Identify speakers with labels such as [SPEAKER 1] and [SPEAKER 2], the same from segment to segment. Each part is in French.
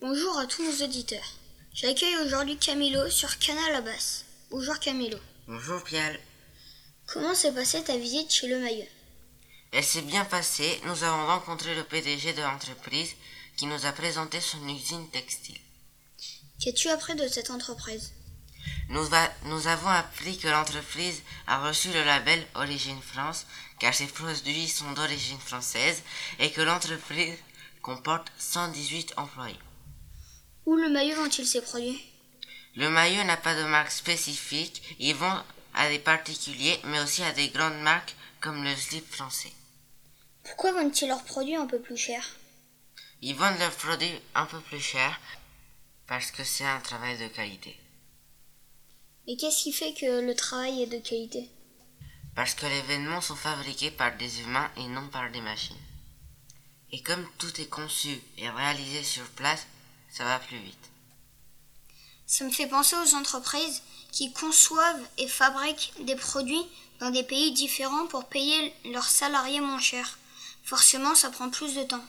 [SPEAKER 1] Bonjour à tous nos auditeurs. J'accueille aujourd'hui Camilo sur Canal Abbas. Bonjour Camilo.
[SPEAKER 2] Bonjour Pial.
[SPEAKER 1] Comment s'est passée ta visite chez le Maillot
[SPEAKER 2] Elle s'est bien passée. Nous avons rencontré le PDG de l'entreprise qui nous a présenté son usine textile.
[SPEAKER 1] Qu'as-tu appris de cette entreprise
[SPEAKER 2] Nous, va- nous avons appris que l'entreprise a reçu le label Origine France car ses produits sont d'origine française et que l'entreprise comporte 118 employés.
[SPEAKER 1] Où le Maillot vend-il ses produits
[SPEAKER 2] Le maillot n'a pas de marque spécifique, il vend à des particuliers mais aussi à des grandes marques comme le slip français.
[SPEAKER 1] Pourquoi vendent-ils leurs produits un peu plus cher
[SPEAKER 2] Ils vendent leurs produits un peu plus cher parce que c'est un travail de qualité.
[SPEAKER 1] Et qu'est-ce qui fait que le travail est de qualité
[SPEAKER 2] Parce que les vêtements sont fabriqués par des humains et non par des machines. Et comme tout est conçu et réalisé sur place, ça va plus vite.
[SPEAKER 1] Ça me fait penser aux entreprises qui conçoivent et fabriquent des produits dans des pays différents pour payer leurs salariés moins cher. Forcément, ça prend plus de temps.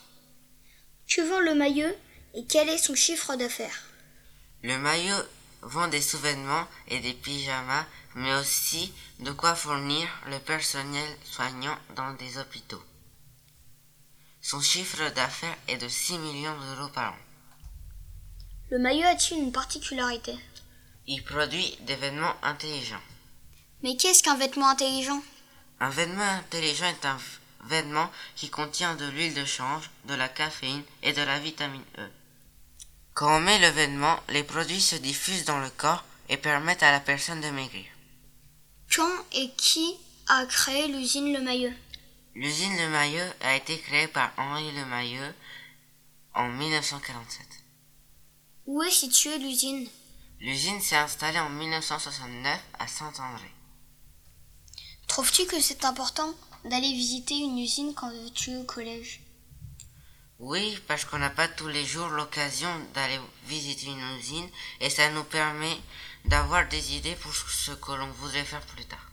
[SPEAKER 1] Que vend le maillot et quel est son chiffre d'affaires
[SPEAKER 2] Le maillot vend des sous-vêtements et des pyjamas, mais aussi de quoi fournir le personnel soignant dans des hôpitaux. Son chiffre d'affaires est de 6 millions d'euros par an.
[SPEAKER 1] Le maillot a-t-il une particularité
[SPEAKER 2] Il produit des vêtements intelligents.
[SPEAKER 1] Mais qu'est-ce qu'un vêtement intelligent
[SPEAKER 2] Un vêtement intelligent est un f- vêtement qui contient de l'huile de chanvre, de la caféine et de la vitamine E. Quand on met le vêtement, les produits se diffusent dans le corps et permettent à la personne de maigrir.
[SPEAKER 1] Quand et qui a créé l'usine Le Maillot
[SPEAKER 2] L'usine Le Maillot a été créée par Henri Le Maillot en 1947.
[SPEAKER 1] Où est située l'usine
[SPEAKER 2] L'usine s'est installée en 1969 à Saint-André.
[SPEAKER 1] Trouves-tu que c'est important d'aller visiter une usine quand tu es au collège
[SPEAKER 2] Oui, parce qu'on n'a pas tous les jours l'occasion d'aller visiter une usine et ça nous permet d'avoir des idées pour ce que l'on voudrait faire plus tard.